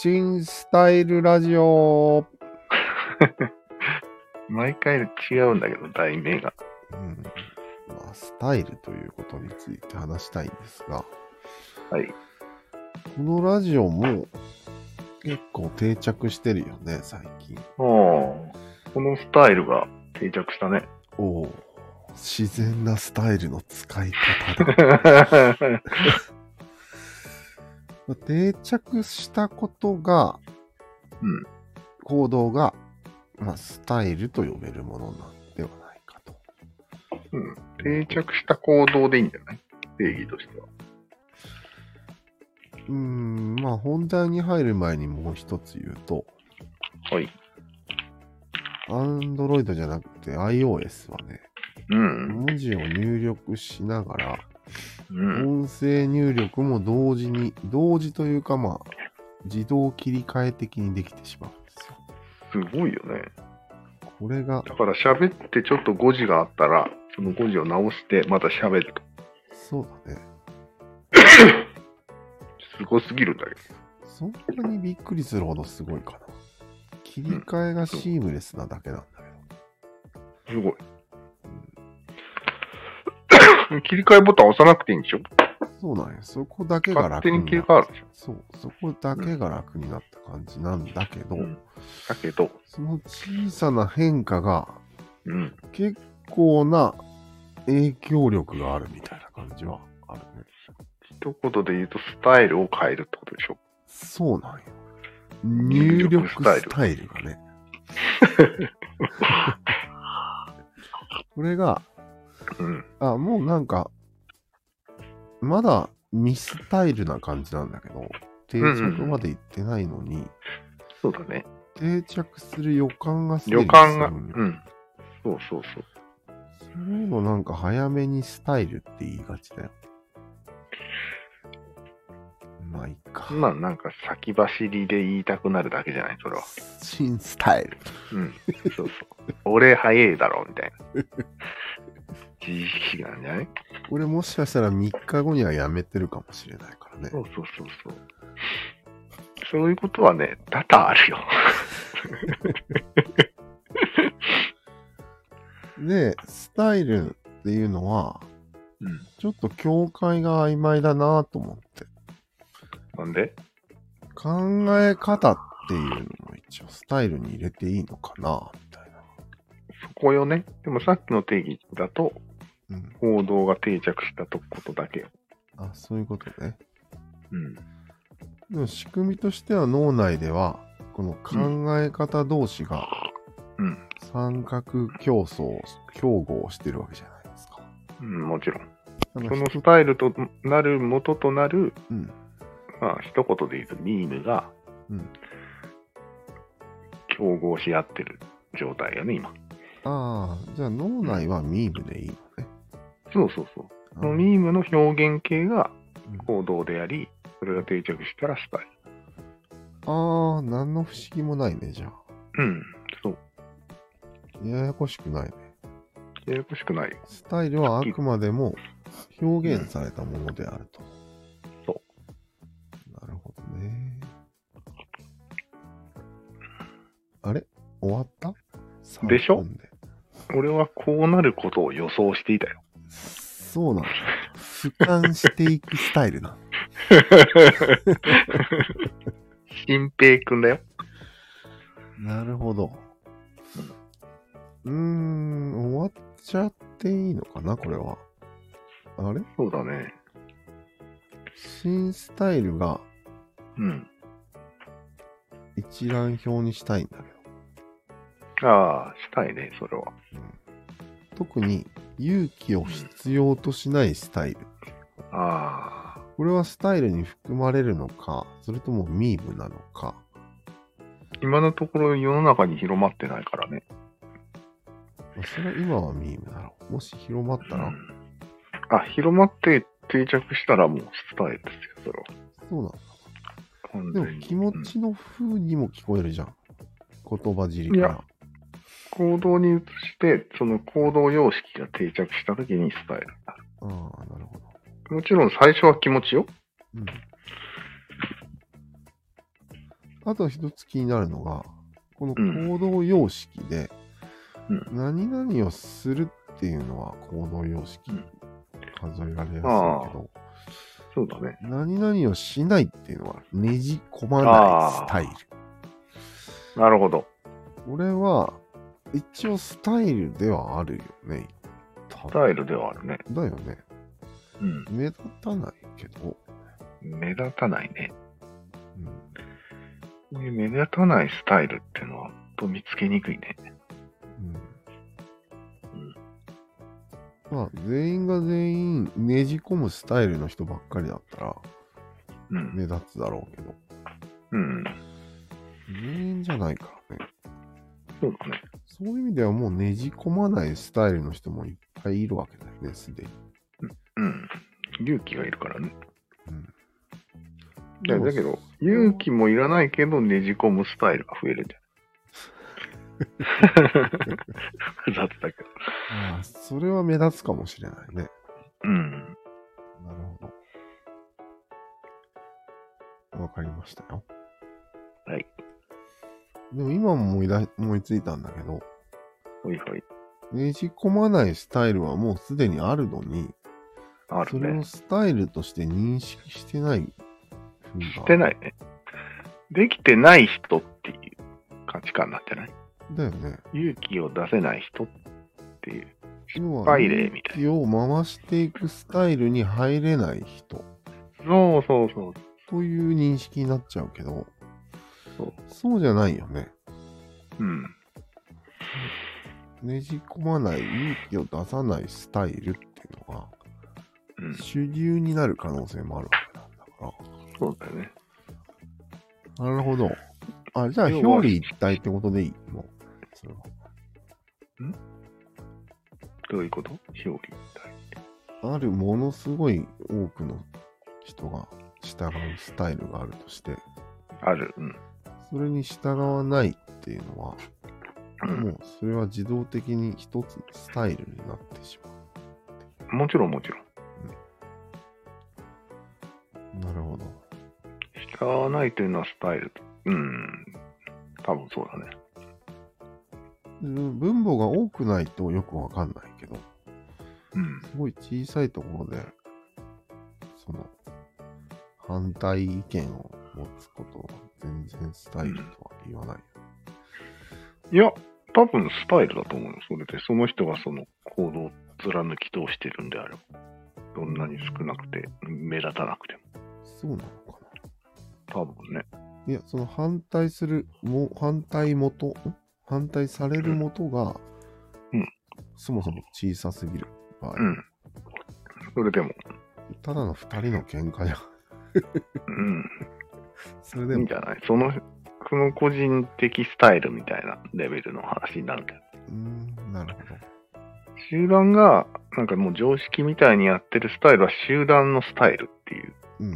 新スタイルラジオ。毎回違うんだけど、題名が。うんまあ、スタイルということについて話したいんですが、はい。このラジオも結構定着してるよね、最近。おこのスタイルが定着したね。 おお、自然なスタイルの使い方 だ。まあ定着したことが、うん行動が、まあ、スタイルと呼べるものなんではないかと。うん定着した行動でいいんじゃない定義としては。うーん、まあ本題に入る前にもう一つ言うと、はい。 Android じゃなくて iOS はね、うん。文字を入力しながら、うん。音声入力も同時に、同時というかまあ、自動切り替え的にできてしまうんですよ。すごいよね。これが、だから喋ってちょっと誤字があったら、その誤字を直してまた喋ると。そうだね。すごすぎるんだけど。そんなにびっくりするほどすごいかな。切り替えがシームレスなだけなんだけど。すごい。 切り替えボタン押さなくていいんでしょそうなんや。そこだけが勝楽手にに切りな替わるでしょそう、そこだけが楽になった感じなんだけど、うんだけど、その小さな変化がうん。結構な影響力があるみたいな感じはあるね。一言で言うと、スタイルを変えるってことでしょそうなんよ。入入力力スタイルがね。これが、うん。あ、もうなんか、まだミスタイルな感じなんだけど、定着までいってないのに、そうだね。定着する予感がする旅館が、うするんよん。そうそうそう。そういうのなんか早めにスタイルって言いがちだよ。まあ、いっか。まあなんか先走りで言いたくなるだけじゃない、それは。新スタイル。うん。そうそう。俺早いだろ、みたいな。 自意識なんじゃないこれもしかしたら3日後にはやめてるかもしれないからそね。うそうそうそう。そういうことはね、多々あるよ。で、スタイルっていうのは、うん。ちょっと境界が曖昧だなと思って。なんで考え方っていうのも一応スタイルに入れていいのかなみたいな。そこよね。でもさっきの定義だと、うん。行動が定着したとことだけよ。あ、そういうことね。うん。でも仕組みとしては脳内では、この考え方同士がうん。三角競争、競合をしてるわけじゃないですか。うん、もちろん。そそのスタイルとなる、元となる、うん。まあ、一言で言うと、ミームがうん。競合し合ってる状態よね、今。ああ、じゃあ脳内はミームでいいのね。そうそうそう。あそのーミームの表現形がうん行動であり、それが定着したらスタイあー、何の不思議もないね、じゃあ。ル。うん、そう。ややこしくないね。ややこしくないよ。スタイルはあくまでも表現されたものであると。そなるほどね。あれ終わったでしょ3分で俺はこうなることを予想していたよ。そうなんだ。俯瞰していくスタイルなの。新平くんだよ。なるほど。うーん、終わっちゃっていいのかな、これは。あれそうだね。新スタイルがうん。一覧表にしたいんだけああ、したいね、それは。ど。特に勇気を必要としないスタイル。ああ、これはスタイルに含まれるのか、それともミームなのか。今のところ世の中に広まってないからね。まあそれは今はミームだろう。もし広まったら、あ、広まって定着したらもうスタイルですよ、それは。そうな完の。全でもに気持ちの風にも聞こえるじゃん。言葉尻かいらや。行動に移して、その行動様式が定着した時にスタイルになる。ああ、なるほど。もちろん最初は気持ちよ。うんあと一つ気になるのが、このうん行動様式で、う何々をするっていうのは行動様式うん数えられやすいけあど、そうだね。何々をしないっていうのはねじ込まないスタイル。なるほど。これは、一応スタイルではあるよね。スタイルではあるね。だよね。うん。目立たないけど、目立たないね。うん、こういう目立たないスタイルってのは、ほんと見つけにくいね。うんまあ、全員が全員ねじ込むスタイルの人ばっかりだったらうん。目立つだろうけど、うん。全員じゃないからね。そうだね。そういう意味ではもうねじ込まないスタイルの人もいっぱいいるわけだよね、すでに。うん。勇気がいるからね。うんいや、だけど、勇気もいらないけど、ねじ込むスタイルが増えるんじゃない複雑だけど。ああそれは目立つかもしれないね。うん。なるほど。わかりましたよ。はい。でも今も思いだ思いついたんだけど、ほいほい。ねじ込まないスタイルはもうすでにあるのに、あそるれをね。スタイルとして認識してない風が。。してないいね。できてない人っていう価値観なんじゃないだよね。勇気を出せない人っていう。要は、敗例みたい気を回していくスタイルに入れない人そうそうそう。という認識になっちゃうけど、そうそうじゃないよね。うん。ねじ込まない、勇気を出さないスタイルっていうのが、うん。主流になる可能性もあるわけなんだかそうだよね。ら。なるほど。あ、じゃあ、要表は裏一体ってことでいいもう。それはどういうこと表裏一体。あるものすごい多くの人が従うスタイルがあるとして、ある。うん。それに従わないっていう のは、うんもうそれは自動的に一つのスタイルになってしまもちろんもちろん。う。なるほど。従わないというのはスタイル。うん。多分そうだね。うん分母が多くないとよくわかんないけど、うん。すごい小さいところで、その、反対意見を持つことは全然スタイルとは言わない。いや、多分スタイルだと思うよ。それで、その人がその行動を貫き通してるんであれば。どんなに少なくて、目立たなくても。そうなのかな多分ね。いや、その反対する、も反対元、ん反対される元が、うんそもそも小さすぎる場合、うん。それでも、ただの2人の喧嘩や。うん。 それでいいんもじ、ゃないその、その個人的スタイルみたいなレベルの話になるけど。うーん、なるほど。集団が、なんかもう常識みたいにやってるスタイルは集団のスタイルっていうう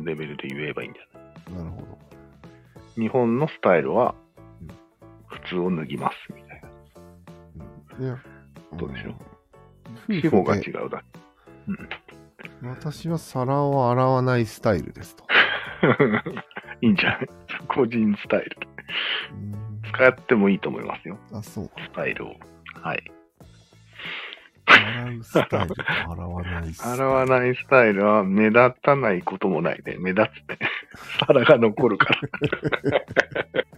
ん、なレベルで言えばいいんじゃないるほど。日本のスタイルはうん、普通を脱ぎますみたいな。うん、いや、どうでしょううん主語夫が婦違でうだ私は皿を洗わないスタイルですと。 け。いいんじゃない個人スタイル。うーん使ってもいいと思いますよ。あ、そう。スタイルを。はい。洗うスタイルと洗わないスタイル。洗わないスタイルは目立たないこともないね。目立つね。 皿が残るから。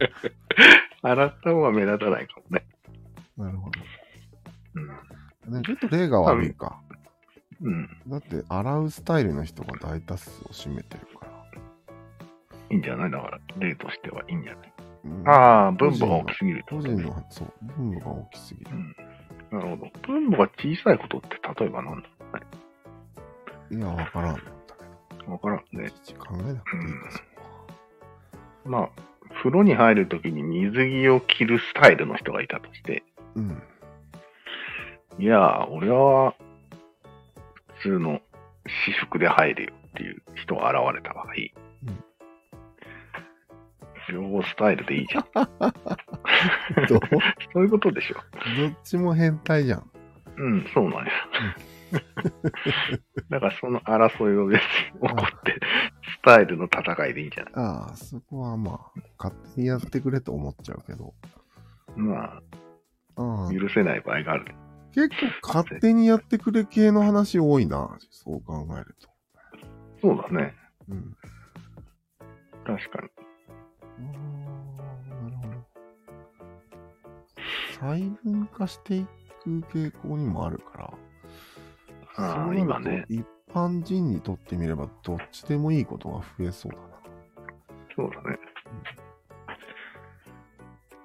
洗った方が目立たないかもね。なるほうんど。ねちょっと例が悪いか。うん。だって、洗うスタイルの人が大多数を占めてるから。いいんじゃないだから、例としてはいいんじゃないうんああ、分母が大きすぎると個人の、そう、分母が大きすぎる。なるほど。分母が小さいことって、例えばなんだいや、わからんんだけど。わからんね。いちいち考えなくていいか、そこは。まあ、風呂に入るときに水着を着るスタイルの人がいたとして、うん。いやー、俺は、普通の私服で入るよっていう人が現れた場合、ん両方スタイルでいいじゃん。どそういうことでしょ。 どっちも変態じゃん。うん、そうなんや。だからその争いを別に起こって、スタイルの戦いでいいんじゃないああ、そこはまあ、勝手にやってくれと思っちゃうけど。まああ、あ許せない場合がある。結構勝手にやってくれ系の話多いな。そう考えると。そうだね。うん。確かに。あーなるほど。細分化していく傾向にもあるから。あそあ、う今なねる。と一般人にとってみればどっちでもいいことが増えそうだな。そうだね。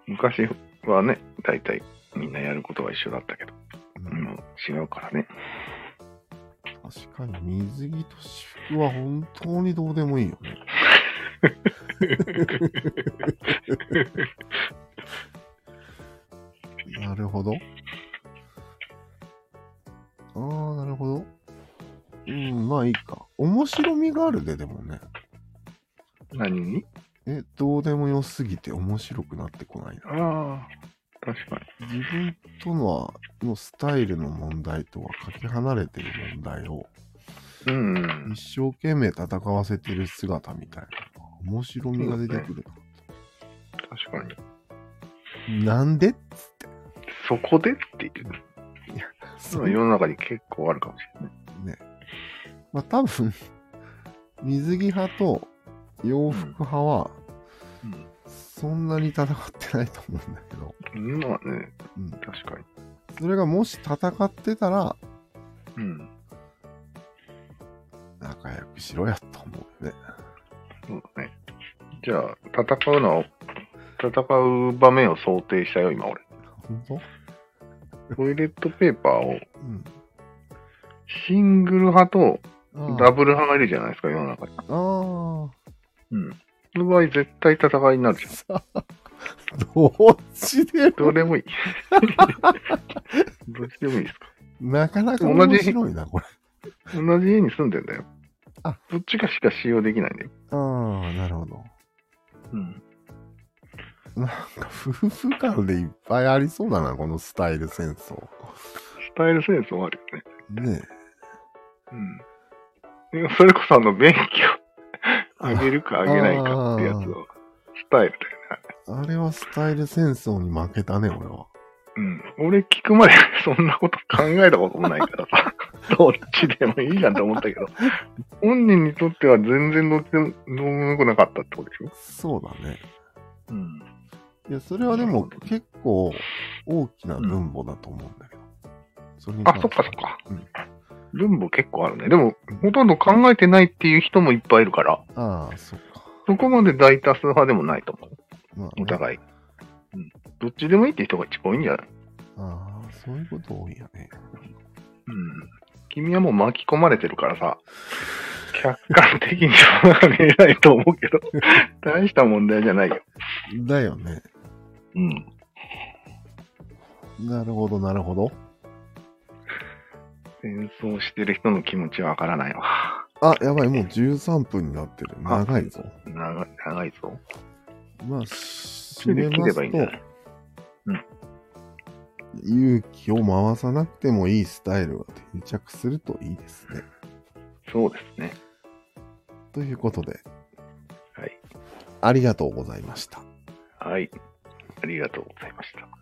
昔はね、大体みんなやることは一緒だったけど、うん今は違うからね。確かに水着と私服は本当にどうでもいいよね。なるほど。ああ、なるほど。うん、まあいいか。面白みがあるで、でもね。何にえ、どうでもよすぎて面白くなってこないな。ああ、確かに。自分とのは、のスタイルの問題とはかけ離れてる問題を、うん、一生懸命戦わせてる姿みたいな。面白みが出てくる確かに。な。なんでそこでっていう。そう世の中に結構あるかもしれなね。い。まあ多分、水着派と洋服派は、そんなに戦ってないと思うんだけど、うん、まあね、うん確かそれがもし戦ってたら、に。うん、仲良くしろやと思うよね。そうだね。じゃあ、戦うのは、戦う場面を想定したよ、今俺。本当トイレットペーパーを、うん。シングル派とあダあブル派がいるじゃないですか、世の中に。あうん。その場合、絶対戦いになるじゃん。ー、 どっちでども、れ もいい。どっちでもいいですか。なかなか同じ面白いな、これ。同じ家に住んでんだよ。あどっちかしか使用できないんだよ。ああ、なるほど。うん。なんか夫婦間でいっぱいありそうだな、このスタイル戦争。スタイルセンスもあるよね。ねうん。いやそれこそあの、免許あげるかあげないかってやつを、スタイルだよね。え。あれはスタイル戦争に負けたね、俺は。うん。俺聞くまで そんなこと考えたこともないから さ、どっちでもいいじゃんと思ったけど、本人にとっては全然どっちでもどうもよくなかったってことでしょそうだね。うん。いや、それはでも結構大きな分母だと思うんだけど。それに関してあそっかうん分母結構あるね。でも、ほとんど考えてないっていう人もいっぱいいるから、ああ、そっか。そこまで大多数派でもないと思う。まあ、おい。互い。うん。どっちでもいいって人が一番多いんじゃないああ、そういうこと多いよね。うん。君はもう巻き込まれてるからさ、客観的には見えないと思うけ ど、大した問題じゃないよ。だよね。うん。なるほど、なるほど。戦争してる人の気持ちはわからないわ。あ、やばい、もう13分になってる。長いぞ。長い、長いぞ。まあ、締手でめ切まればいいすんじゃとな、い勇気を回さなくてもいいスタイルが定着するといいですね。そうですね。ということで、はい。ありがとうございました。はい。ありがとうございました。